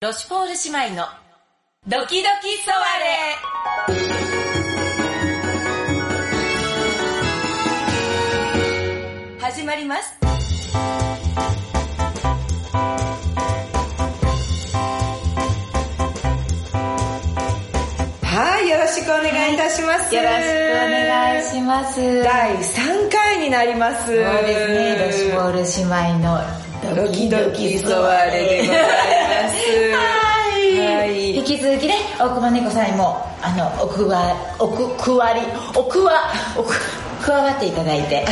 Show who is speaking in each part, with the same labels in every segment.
Speaker 1: ロシュポール姉妹のドキドキソワレ始まります
Speaker 2: はい、よろしくお願いいたします。
Speaker 1: よろしくお願いしますそう
Speaker 2: 第3回になります。そう
Speaker 1: ですねロシュポール姉妹のド
Speaker 2: ドキ
Speaker 1: キ
Speaker 2: ド
Speaker 1: ド
Speaker 2: キ
Speaker 1: キ
Speaker 2: ソ
Speaker 1: ソ
Speaker 2: ワ
Speaker 1: ワ
Speaker 2: レでご
Speaker 1: レ
Speaker 2: ざいます。
Speaker 1: は
Speaker 2: はいい
Speaker 1: 引き続きね大久保猫さんにもあのおくわおくくわりおくわおく加わっていただいて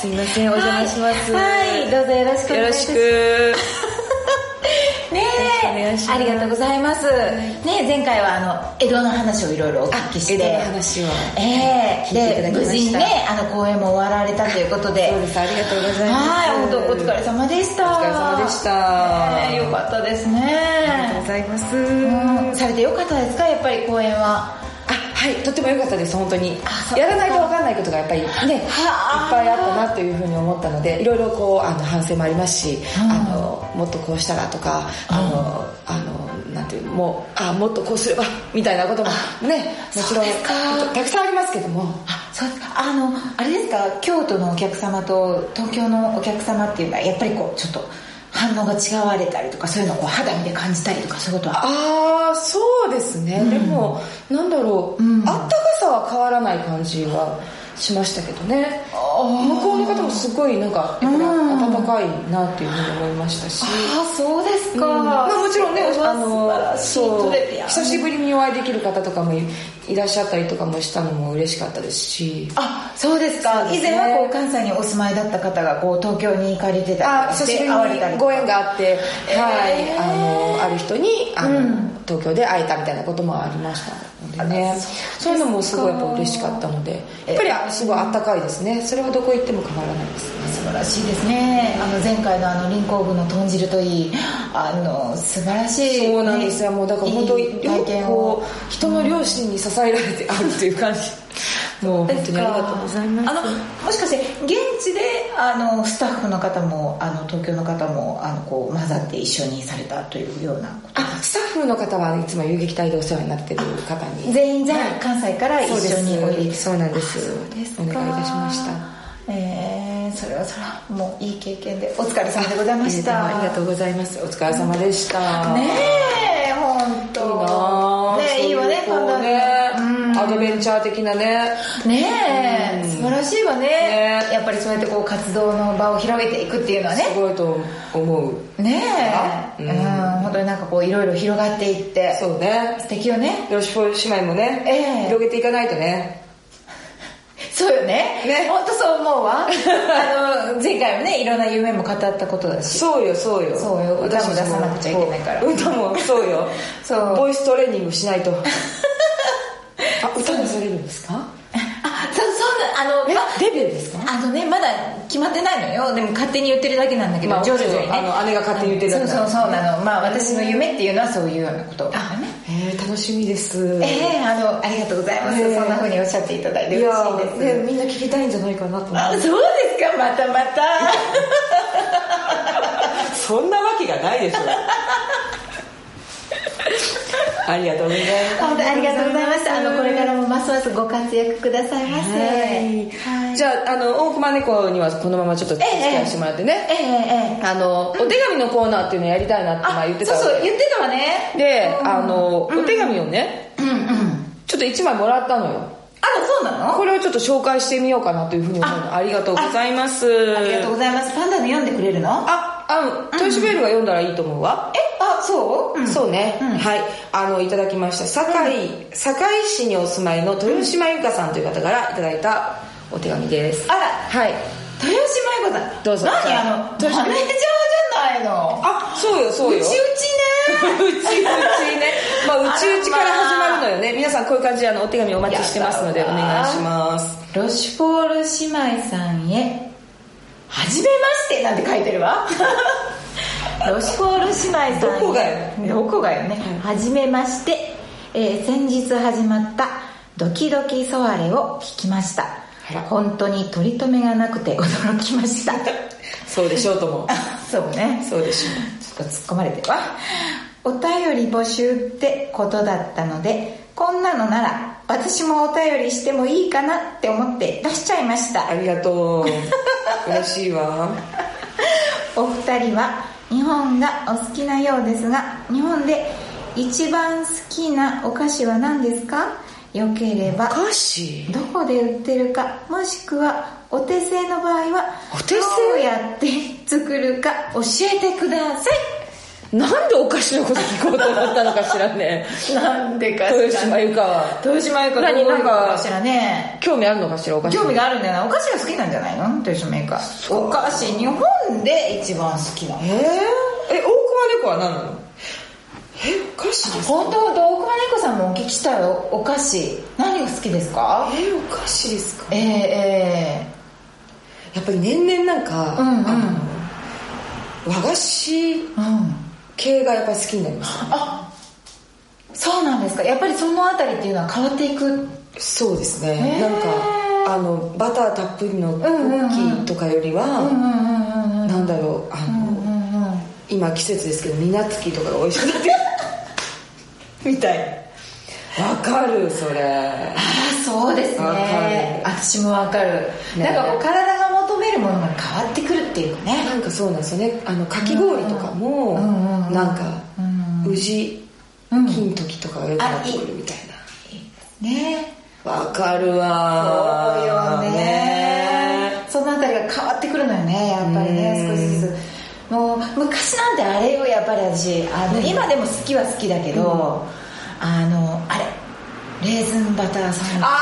Speaker 2: すいません、お邪魔します。
Speaker 1: はいはいどうぞよろしくお
Speaker 2: よ
Speaker 1: 願い
Speaker 2: ろ
Speaker 1: し
Speaker 2: し
Speaker 1: ます
Speaker 2: く。
Speaker 1: ね
Speaker 2: よろしくお願いし
Speaker 1: え、
Speaker 2: ま
Speaker 1: あ
Speaker 2: す
Speaker 1: りがとうございます。ねえ、前回はあの江戸の話をいろいろお聞きして、
Speaker 2: 江戸の話を
Speaker 1: ええ
Speaker 2: 聞いてい
Speaker 1: で
Speaker 2: ただき
Speaker 1: 無
Speaker 2: ました
Speaker 1: 事にねあの公演も終わられたということで、
Speaker 2: そうです、ありがとうございます。
Speaker 1: はい、本当お疲れ様でした。
Speaker 2: お疲れ様でした
Speaker 1: ねえよかったです
Speaker 2: ありがとうご
Speaker 1: ね。
Speaker 2: ざいます。
Speaker 1: うんされてよかったですか、やっぱり公演は。
Speaker 2: あはいとっても良かったです本当に
Speaker 1: あそう
Speaker 2: やらないと分かんないことがやっぱりねいっ
Speaker 1: はあ
Speaker 2: ぱいあったなというふうに思ったのでいろいろこうあの反省もありますし、
Speaker 1: うん
Speaker 2: あのもっとこうしたらとかあの、あのなんていうもうあもっとこうすればみたいなこともねもちろ
Speaker 1: そ
Speaker 2: ん
Speaker 1: うですか
Speaker 2: たくさんありますけども
Speaker 1: あそうですかあのあれですか京都のお客様と東京のお客様っていうのはやっぱりこうちょっと反応が違われたりとかそういうのをこう肌身で感じたりとかそういうことは
Speaker 2: ああそうですね、でもなんだろう、
Speaker 1: うん
Speaker 2: あったかさは変わらない感じはしましたけどね向こうの方もすごいなんかやっぱり
Speaker 1: うん
Speaker 2: 温かいなっていうふうに思いましたし、
Speaker 1: ああそうですか、
Speaker 2: うんまあ、もちろんね
Speaker 1: あ
Speaker 2: あ
Speaker 1: の
Speaker 2: の
Speaker 1: そ
Speaker 2: そうう久し
Speaker 1: ぶり
Speaker 2: ぶりにお会いできる方とかもいいらっしゃったりとかもしたのも嬉しかったですし
Speaker 1: あそうですか
Speaker 2: そうです
Speaker 1: 以
Speaker 2: ね
Speaker 1: 前はこう関西にお住まいだった方がこう東京に行かれてた
Speaker 2: あ
Speaker 1: り
Speaker 2: 久し
Speaker 1: して
Speaker 2: ぶり
Speaker 1: 会われたり
Speaker 2: に
Speaker 1: とか
Speaker 2: ご縁があって、
Speaker 1: えー
Speaker 2: はい、あのある人にあの、
Speaker 1: うん
Speaker 2: 東京で会えたみたいなこともありましたので
Speaker 1: あ
Speaker 2: ね
Speaker 1: そう
Speaker 2: そういうのもすごいやっぱ嬉しかったので
Speaker 1: え
Speaker 2: やっぱりあすごいあったかいですねそれはどこ行っても変わらないです
Speaker 1: 素晴らしいですねあの前回のあの林行部の豚汁といいあの素晴らしい、
Speaker 2: そうなんですよ、
Speaker 1: ね
Speaker 2: もうだから本当
Speaker 1: いい
Speaker 2: に両
Speaker 1: 体験を
Speaker 2: 方人の両親に支えられてあるっていう感 じ、もう本当にありがとうございます
Speaker 1: あのもしかして現地であのスタッフの方もあの東京の方もあのこう混ざって一緒にされたというようなこと
Speaker 2: あスタッフの方はいつも遊撃隊でお世話になってる方に
Speaker 1: 全員じゃあ
Speaker 2: はい
Speaker 1: 関西から一
Speaker 2: そうで
Speaker 1: 緒においで
Speaker 2: ですそうなんです
Speaker 1: ですか
Speaker 2: お願いいたしました
Speaker 1: えー、それはそれはもういい経験でお疲れ様でございました
Speaker 2: えーどうもありがとうございますお疲れ様でした
Speaker 1: ねえ本
Speaker 2: いいな
Speaker 1: 当
Speaker 2: あ
Speaker 1: ねえいいわね
Speaker 2: そううこう
Speaker 1: ね
Speaker 2: ねアドベンチャー的なね
Speaker 1: ねえ、素晴らしいわね
Speaker 2: ね
Speaker 1: やっぱりそうやってこう活動の場を広げていくっていうのはね
Speaker 2: すごいと思う
Speaker 1: ねえ、う
Speaker 2: うん
Speaker 1: ん、本当になんかこういろいろ広がっていって
Speaker 2: そうね
Speaker 1: 素敵よね
Speaker 2: よしぽ姉妹もね、
Speaker 1: ええ
Speaker 2: 広げていかないとね
Speaker 1: そうよね
Speaker 2: ね
Speaker 1: 本当そう思うわあの前回もねいろんな夢も語ったことだし
Speaker 2: そうよそうよ
Speaker 1: そうよ歌も出さなくちゃいけないから
Speaker 2: そう歌もそうよ
Speaker 1: そう
Speaker 2: ボイストレーニング しないとあ歌出されるんですか
Speaker 1: あそそうなあの、
Speaker 2: え
Speaker 1: ま
Speaker 2: デビューですか
Speaker 1: あのねまだ決まってないのよでも勝手に言ってるだけなんだけど、
Speaker 2: まあ
Speaker 1: 徐々にね
Speaker 2: あの姉が勝手に言ってるだけ
Speaker 1: そうそうそうなのまあ私の夢っていうのはそういうようなことだね
Speaker 2: えー、楽しみです
Speaker 1: ええあのありがとうございます、
Speaker 2: ええ
Speaker 1: そんな風におっしゃっていただいて
Speaker 2: い
Speaker 1: 嬉しい
Speaker 2: や
Speaker 1: です、
Speaker 2: ねみんな聞きたいんじゃないかな と思
Speaker 1: あ
Speaker 2: っ
Speaker 1: そう
Speaker 2: て
Speaker 1: ですかまたまた
Speaker 2: そんなわけがない でしょありがとうございます
Speaker 1: 本当にありがとうございましたあのこれからもますますご活躍くださいませ
Speaker 2: はいじゃああの大熊猫にはこのままちょっと付き合いしてもらってね、
Speaker 1: ええええ
Speaker 2: あのお手紙のコーナーっていうのやりたいなってまあ言ってたわけ
Speaker 1: そうそう言ってたわね
Speaker 2: で、
Speaker 1: うん
Speaker 2: あの、
Speaker 1: うん
Speaker 2: お手紙をね
Speaker 1: うんうんあ
Speaker 2: ちょっと1枚もらったのよ
Speaker 1: らそうなの
Speaker 2: これをちょっと紹介してみようかなというふうに思うのありがとうございます
Speaker 1: ありがとうございますパンダの読んでくれるの
Speaker 2: ああのトイシュベルが読んだらいいと思うわ
Speaker 1: えあそう、うん
Speaker 2: そうね、
Speaker 1: うん
Speaker 2: はいあのいただきました堺、堺市にお住まいの豊島由香さんという方からいただいたお手紙です
Speaker 1: あら
Speaker 2: はい
Speaker 1: 豊島愛子さん
Speaker 2: どうぞ
Speaker 1: 何あのマネージャー
Speaker 2: 豊
Speaker 1: じゃ
Speaker 2: 島
Speaker 1: ないの
Speaker 2: あそうよそう
Speaker 1: う
Speaker 2: よ
Speaker 1: ちうちね
Speaker 2: うちう ちね、まあ、うちうちから始まるのよね、皆さんこういう感じであのお手紙お待ちしてますので
Speaker 1: や
Speaker 2: お
Speaker 1: ったわ
Speaker 2: 願いします
Speaker 1: ロシュポール姉妹さんへ「はじめまして」なんて書いてるわ ロシュポール姉妹さんへ
Speaker 2: どこがよ
Speaker 1: どこがよね「はじめまして」えー先日始まった「ドキドキソワレ」を聞きました
Speaker 2: あら
Speaker 1: 本当に取り留めがなくて驚きました
Speaker 2: そうでしょうとも
Speaker 1: そうね
Speaker 2: そうでしょ
Speaker 1: ちょっと突っ込まれてるわお便り募集ってことだったのでこんなのなら私もお便りしてもいいかなって思って出しちゃいました
Speaker 2: ありがとう嬉しいわ
Speaker 1: お二人は日本がお好きなようですが日本で一番好きなお菓子は何ですかよければ
Speaker 2: 歌詞
Speaker 1: どこで売ってるかもしくはお手製の場合は
Speaker 2: お手製
Speaker 1: どうやって作るか教えてくださ
Speaker 2: なんでお菓子のこと聞こうと思ったのかしらね
Speaker 1: いなんでか
Speaker 2: 豊島由香は
Speaker 1: 豊島ゆか
Speaker 2: 何
Speaker 1: どういうこと
Speaker 2: なんか
Speaker 1: かしらね
Speaker 2: 興味あるのかしらお菓子
Speaker 1: 興味があるんだよなお菓子が好きなんじゃないの豊島メーカーお菓子日本で一番好きなの
Speaker 2: えー、え大熊猫は何なのえお菓子ですか
Speaker 1: 本当どこま猫さんもお聞きしたいお菓子何が好きですか
Speaker 2: えー、お菓子ですか
Speaker 1: えー、え
Speaker 2: やっぱり年々なんか、
Speaker 1: うんうん
Speaker 2: あの和菓子
Speaker 1: ー、うん
Speaker 2: 系がやっぱり好きになります
Speaker 1: あそうなんですかやっぱりそのあたりっていうのは変わっていく
Speaker 2: そうです
Speaker 1: へ
Speaker 2: ね
Speaker 1: ー
Speaker 2: なんかあのバターたっぷりのクッキーとかよりは、
Speaker 1: うんうんうんうん
Speaker 2: なんだろうあ
Speaker 1: うん
Speaker 2: の、
Speaker 1: うん
Speaker 2: 今季節ですけどニナツキとかが美味しくなって
Speaker 1: うんみたい
Speaker 2: わかるそれ
Speaker 1: ああそうです
Speaker 2: わか
Speaker 1: ね
Speaker 2: る
Speaker 1: 私もわかる、
Speaker 2: ね
Speaker 1: なんかこう体が求めるものが変わってくるっていうかね
Speaker 2: なんかそうなんですよねあのかき氷とかも、
Speaker 1: うんうんうんうん
Speaker 2: なんか、
Speaker 1: うん
Speaker 2: 宇治
Speaker 1: うん
Speaker 2: 金時とかがよくなってくるみたい
Speaker 1: ね
Speaker 2: なわかる
Speaker 1: そ
Speaker 2: わ
Speaker 1: うよねそのあたりが変わってくるのよねやっぱりね
Speaker 2: う
Speaker 1: 少
Speaker 2: ん
Speaker 1: しずつもう昔なんてあれよやっぱり私あの、今でも好きは好きだけど、あのあれレーズンバターサンドあ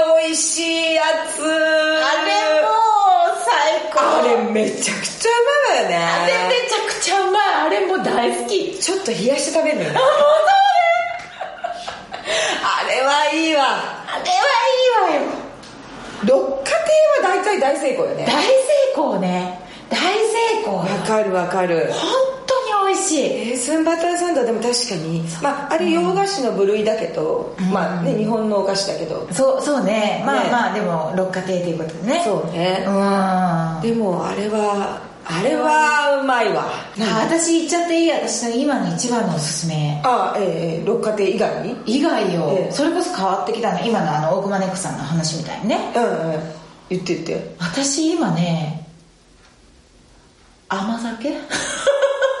Speaker 2: あー美味しいやつ
Speaker 1: れもう最高
Speaker 2: あれめちゃくちゃうまいわ
Speaker 1: あ
Speaker 2: よね
Speaker 1: れめちゃくちゃうまいあれもう大好き
Speaker 2: ちょっと冷やして食べるのよね あれはいいわ
Speaker 1: あれはいいわよ
Speaker 2: 六花亭は大体大成功よね
Speaker 1: 大成功ね大成功
Speaker 2: わ
Speaker 1: 本
Speaker 2: かるわかる
Speaker 1: 当に美味しい
Speaker 2: レーズンバターサンドはでも確かに、まあ、あれ洋菓子の部類だけど、まあね日本のお菓子だけど、
Speaker 1: そうそうねまあ
Speaker 2: ね
Speaker 1: まあでも六花亭ということでね
Speaker 2: そうね
Speaker 1: うんあ
Speaker 2: でもあれはあれはうまいわ
Speaker 1: 私言っちゃっていい私の今の一番のおすすめ
Speaker 2: あええええ六花亭以外に
Speaker 1: 以外よ、
Speaker 2: ええ
Speaker 1: それこそ変わってきたの今のあの大熊猫さんの話みたいにね
Speaker 2: うんうん言って言って
Speaker 1: 私今ね甘酒体にい
Speaker 2: 体にいい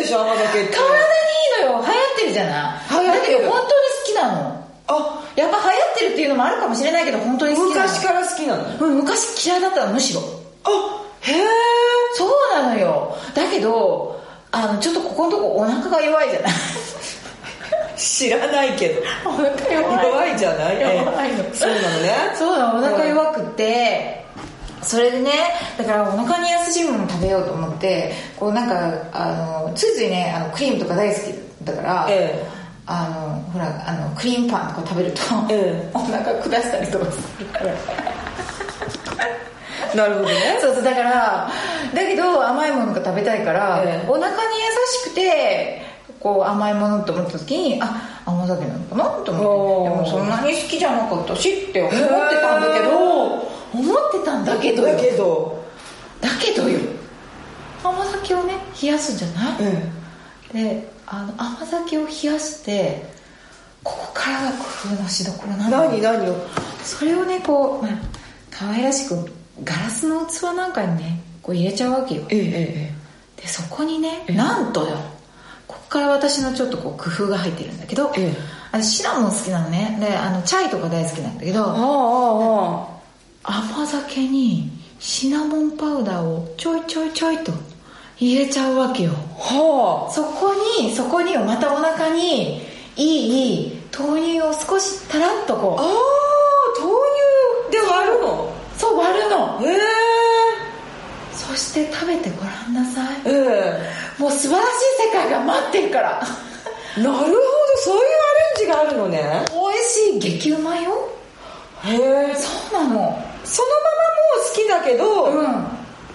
Speaker 2: んでしょ甘酒っ
Speaker 1: い
Speaker 2: て
Speaker 1: のよ流行ってるじゃない
Speaker 2: 流行ってる
Speaker 1: だけど本当に好きなの
Speaker 2: あ
Speaker 1: やっぱ流行ってるっていうのもあるかもしれないけど本当に好きなの
Speaker 2: 昔から好きなの
Speaker 1: うん昔嫌いだったのむしろ
Speaker 2: あへえ
Speaker 1: そうなのよだけどあのちょっとここのとこお腹が弱いじ ゃない
Speaker 2: 知らないけど
Speaker 1: お腹弱い
Speaker 2: 弱いじゃない
Speaker 1: 弱いの
Speaker 2: ええそうなのね
Speaker 1: そうなのお腹弱くて、それでねだからお腹に優しいもの食べようと思ってこうなんかあのついついねあのクリームとか大好きだから、
Speaker 2: ええ
Speaker 1: あのほらあのクリームパンとか食べると、
Speaker 2: ええ
Speaker 1: お腹下したりとかするから
Speaker 2: なるほどね
Speaker 1: そうそうだからだけど甘いものが食べたいから、
Speaker 2: ええ
Speaker 1: お腹に優しくてこう甘いものと思った時にあ甘酒なのかなと思
Speaker 2: お
Speaker 1: って
Speaker 2: ー
Speaker 1: でもそんなに好きじゃなかったしって思ってたんだけど
Speaker 2: へー
Speaker 1: 思ってたんだけどよ
Speaker 2: だけど
Speaker 1: だけどよ甘酒をね冷やすんじゃない、
Speaker 2: うん
Speaker 1: であの甘酒を冷やしてここからが工夫のしどころなんだ
Speaker 2: 何何を
Speaker 1: それをねこう、まあ、可愛らしくガラスの器なんかにねこう入れちゃうわけよ
Speaker 2: えええ
Speaker 1: でそこにね
Speaker 2: ええ
Speaker 1: なんとよここから私のちょっとこう工夫が入ってるんだけど、
Speaker 2: ええ
Speaker 1: あのシナモン好きなのねであのチャイとか大好きなんだけ
Speaker 2: あ
Speaker 1: ど
Speaker 2: ああ
Speaker 1: 甘酒にシナモンパウダーをちょいちょいちょいと入れちゃうわけよ
Speaker 2: は
Speaker 1: そこにそこにまたお腹にいいいい豆乳を少したらっと
Speaker 2: ああ
Speaker 1: こ
Speaker 2: あ豆乳で割るの
Speaker 1: うそう割るの
Speaker 2: へ
Speaker 1: そして食べてごらんなさい
Speaker 2: ええ
Speaker 1: もう素晴らしい世界が待ってるから
Speaker 2: えなるほどそういうアレンジがあるのね
Speaker 1: 美味しい激うまよ
Speaker 2: へえ
Speaker 1: そうなの
Speaker 2: そのままもう好きだけど、
Speaker 1: う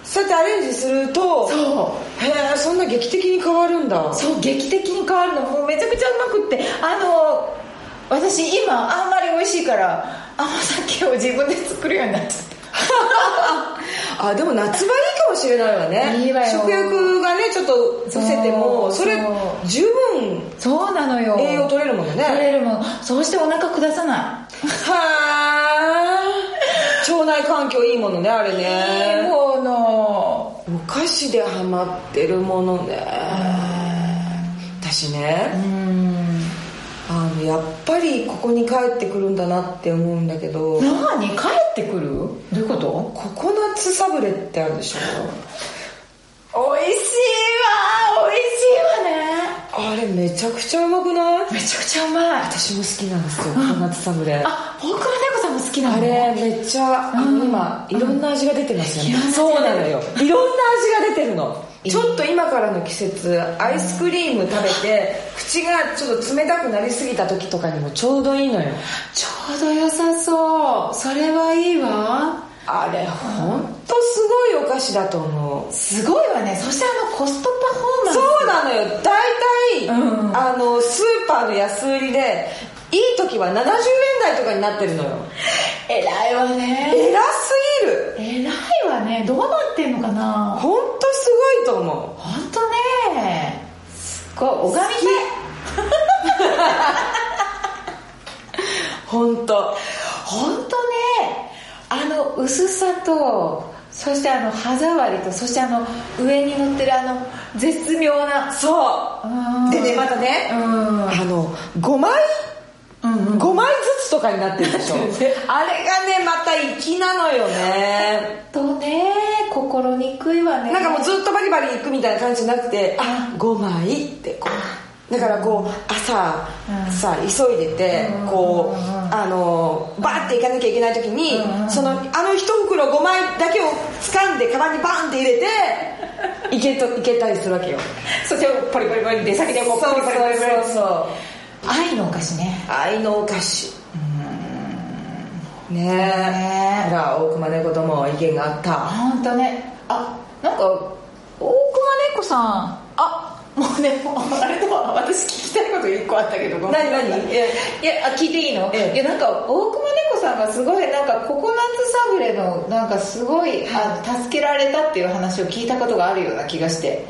Speaker 2: そうやってアレンジすると
Speaker 1: んそ
Speaker 2: へえそんな劇的に変わるんだ
Speaker 1: うそう劇的に変わるのもうめちゃくちゃうまくってあの私今あんまり美味しいから甘酒を自分で作るようになっちゃった
Speaker 2: あでも夏場いいかももしれないわね
Speaker 1: いいわよ
Speaker 2: 食欲がねちょっと伏せても
Speaker 1: そ
Speaker 2: そうれ十分
Speaker 1: そうなのよ
Speaker 2: 栄養取れるものね
Speaker 1: 取れるものそうしてお腹下さな
Speaker 2: はあ腸内環境いいものねあれ
Speaker 1: いいい
Speaker 2: ね
Speaker 1: もの
Speaker 2: お菓子でハマってるものね私
Speaker 1: う
Speaker 2: ね
Speaker 1: ん
Speaker 2: あのやっぱりここに帰ってくるんだなって思うんだけど
Speaker 1: 何帰ってくるどういうこと
Speaker 2: ココナッツサブレってあるでしょ
Speaker 1: 美味しいわ美味しいわね
Speaker 2: あれめちゃくちゃうまくない
Speaker 1: めちゃくちゃうまい
Speaker 2: 私も好きなんですよココナッツサブレあ
Speaker 1: あ大倉猫さんも好きなの
Speaker 2: れめっちゃあ
Speaker 1: うん
Speaker 2: の今いろんな味が出てますよね
Speaker 1: いろんな味
Speaker 2: そうなのよいろんな味が出てるのちょっと今からの季節アイスクリーム食べて口がちょっと冷たくなりすぎた時とかにもちょうどいいのよ
Speaker 1: ちょうど良さそうそれはいいわ
Speaker 2: あれほんとすごいお菓子だと思う
Speaker 1: すごいわねそしてあのコストパフォーマンス
Speaker 2: そうなのよ大体、
Speaker 1: うん
Speaker 2: あのスーパーの安売りでいい時は70円台とかになってるのよ
Speaker 1: 偉いわね
Speaker 2: 偉すぎる
Speaker 1: 偉いわねどうなってんのかな
Speaker 2: ほんとすごいと思
Speaker 1: 本当ねすっごい拝み
Speaker 2: うほんと
Speaker 1: 本当ねあの薄さとそしてあの歯触りとそしてあの上に乗ってるあの絶妙な
Speaker 2: そ
Speaker 1: うん
Speaker 2: うでねまた
Speaker 1: う
Speaker 2: ね、
Speaker 1: ん
Speaker 2: あの5枚
Speaker 1: うんうん
Speaker 2: 5枚ずつとかになってるでし ょあ
Speaker 1: な
Speaker 2: れ
Speaker 1: ってる
Speaker 2: がねまた粋なのよ ね
Speaker 1: とね心にくいわね
Speaker 2: なんかもうずっとバリバリ行くみたいな感じじゃなくてあ5枚ってこうだからこう朝
Speaker 1: うん
Speaker 2: さ急いでて
Speaker 1: うん
Speaker 2: こう
Speaker 1: うん
Speaker 2: あのバーって行かなきゃいけない時に
Speaker 1: うん
Speaker 2: そのあの一袋5枚だけを掴んでカバンにバーンって入 れて行けと行けたりするわけよ
Speaker 1: そしてパリパリパリ出先でもうパ
Speaker 2: そ
Speaker 1: リ
Speaker 2: うそう
Speaker 1: パリパリパリ
Speaker 2: そうそう
Speaker 1: 愛のお菓子ね
Speaker 2: 愛のお菓子ね
Speaker 1: ね
Speaker 2: えほら大熊猫とも意見があった
Speaker 1: 本当ねあなんか大熊猫さんあもうねもうあれとは私聞きたいこと一個あったけどごめん
Speaker 2: 何何
Speaker 1: いやいやあ聞いていいの、
Speaker 2: ええ
Speaker 1: いやなんか大熊猫さんがすごいなんかココナッツサブレのなんかすごいあ助けられたっていう話を聞いたことがあるような気がして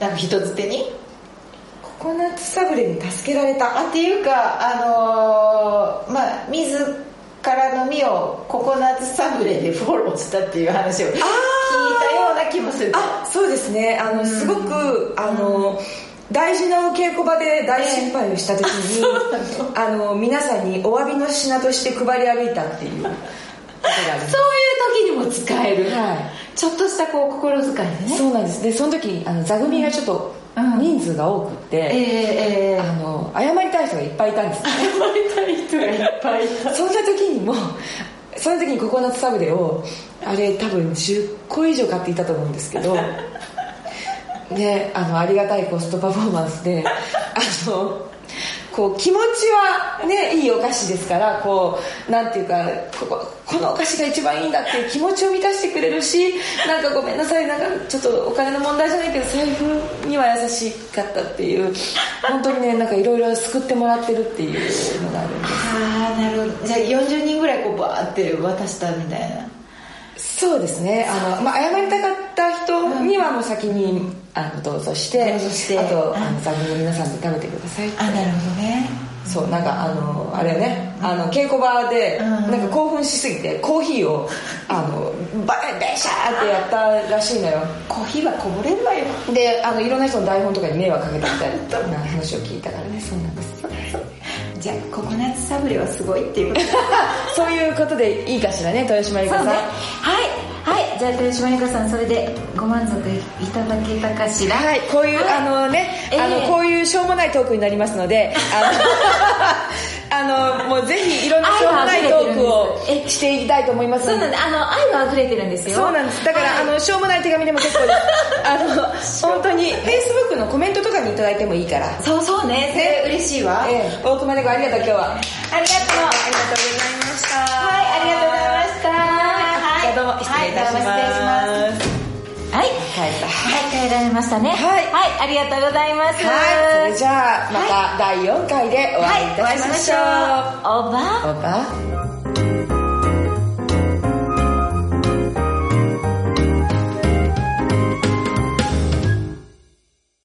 Speaker 1: なんか人づてに
Speaker 2: ココナッツサブレに助けられた
Speaker 1: あっていうかあのーまあ自らの実をココナッツサブレでフォローしたっていう話を聞いたような気もする
Speaker 2: あそうですねあの、すごくあの、大事なお稽古場で大失敗をした時に、あの皆さんにお詫びの品として配り歩いたっていうことがあります
Speaker 1: そういう時にも使える、
Speaker 2: は
Speaker 1: ちょっとしたこう心遣いでね
Speaker 2: そうなんですでその時あの座組がちょっと
Speaker 1: うん
Speaker 2: 人数が多く
Speaker 1: え
Speaker 2: て、
Speaker 1: ええ
Speaker 2: あの謝りたい人がいっぱいいたんです
Speaker 1: 謝りたい人がいっぱいいた
Speaker 2: そんな時にもその時にココナッツサブレをあれ多分10個以上買っていたと思うんですけどであのありがたいコストパフォーマンスであのこう気持ちはねいいお菓子ですからこうなんていうかこここのお菓子が一番いいんだっていう気持ちを満たしてくれるしなんかごめんなさいなんかちょっとお金の問題じゃないけど財布には優しかったっていう本当にねなんかいろいろ救ってもらってるっていうのがあるんで
Speaker 1: ああなるほどじゃあ40人ぐらいこうバーって渡したみたいな
Speaker 2: そうですねあの、まあ、謝りたかった人にはもう先に、あのどうぞして
Speaker 1: どうぞして
Speaker 2: あと
Speaker 1: うん
Speaker 2: あの座組の皆さんで食べてくださいって
Speaker 1: あなるほどね
Speaker 2: そうなんかあのあれねあの稽古場で、
Speaker 1: うん
Speaker 2: なんか興奮しすぎてコーヒーをあのバーンベシャーってやったらしいのよ
Speaker 1: コーヒーはこぼれるわよ
Speaker 2: であのいろんな人の台本とかに迷惑かけたみたいな話を聞いたからねそうなんです
Speaker 1: じゃあココナッツサブレはすごいっていうこと
Speaker 2: そういうことでいいかしらね豊島 由
Speaker 1: そ
Speaker 2: 香
Speaker 1: う
Speaker 2: さ
Speaker 1: ねは
Speaker 2: ん、
Speaker 1: いはいじゃあ豊島由香さんそれでご満足いただけたかしら
Speaker 2: はい、こういう、
Speaker 1: はい
Speaker 2: あのね、
Speaker 1: ええ
Speaker 2: あのこういうしょうもないトークになりますので、あの あのもうぜひいろんなしょうもないトークを
Speaker 1: 愛が溢れてるんです
Speaker 2: していきたいと思います
Speaker 1: そう
Speaker 2: の
Speaker 1: なん
Speaker 2: で。
Speaker 1: であの愛は溢れてるんですよ
Speaker 2: そうなんです。だから、
Speaker 1: はい
Speaker 2: あのしょうもない手紙でも結 構です。あの本当に Facebook のコメントとかにいただいてもいいから。
Speaker 1: そうそうねそれ嬉しいわ、
Speaker 2: ええ、大熊猫ありがとう今日は。
Speaker 1: ありがとう
Speaker 2: ありがとうございました。
Speaker 1: はいありがとうございました
Speaker 2: はいじゃあどうも失礼いたします。
Speaker 1: はいどうも失礼しますはい
Speaker 2: 帰った。
Speaker 1: はい帰られましたね
Speaker 2: はい
Speaker 1: ありがとうございます
Speaker 2: はい、それじゃあまた第4回でお会いいた
Speaker 1: はい
Speaker 2: しましょう。
Speaker 1: お会いしましょうオーバー
Speaker 2: 好吧。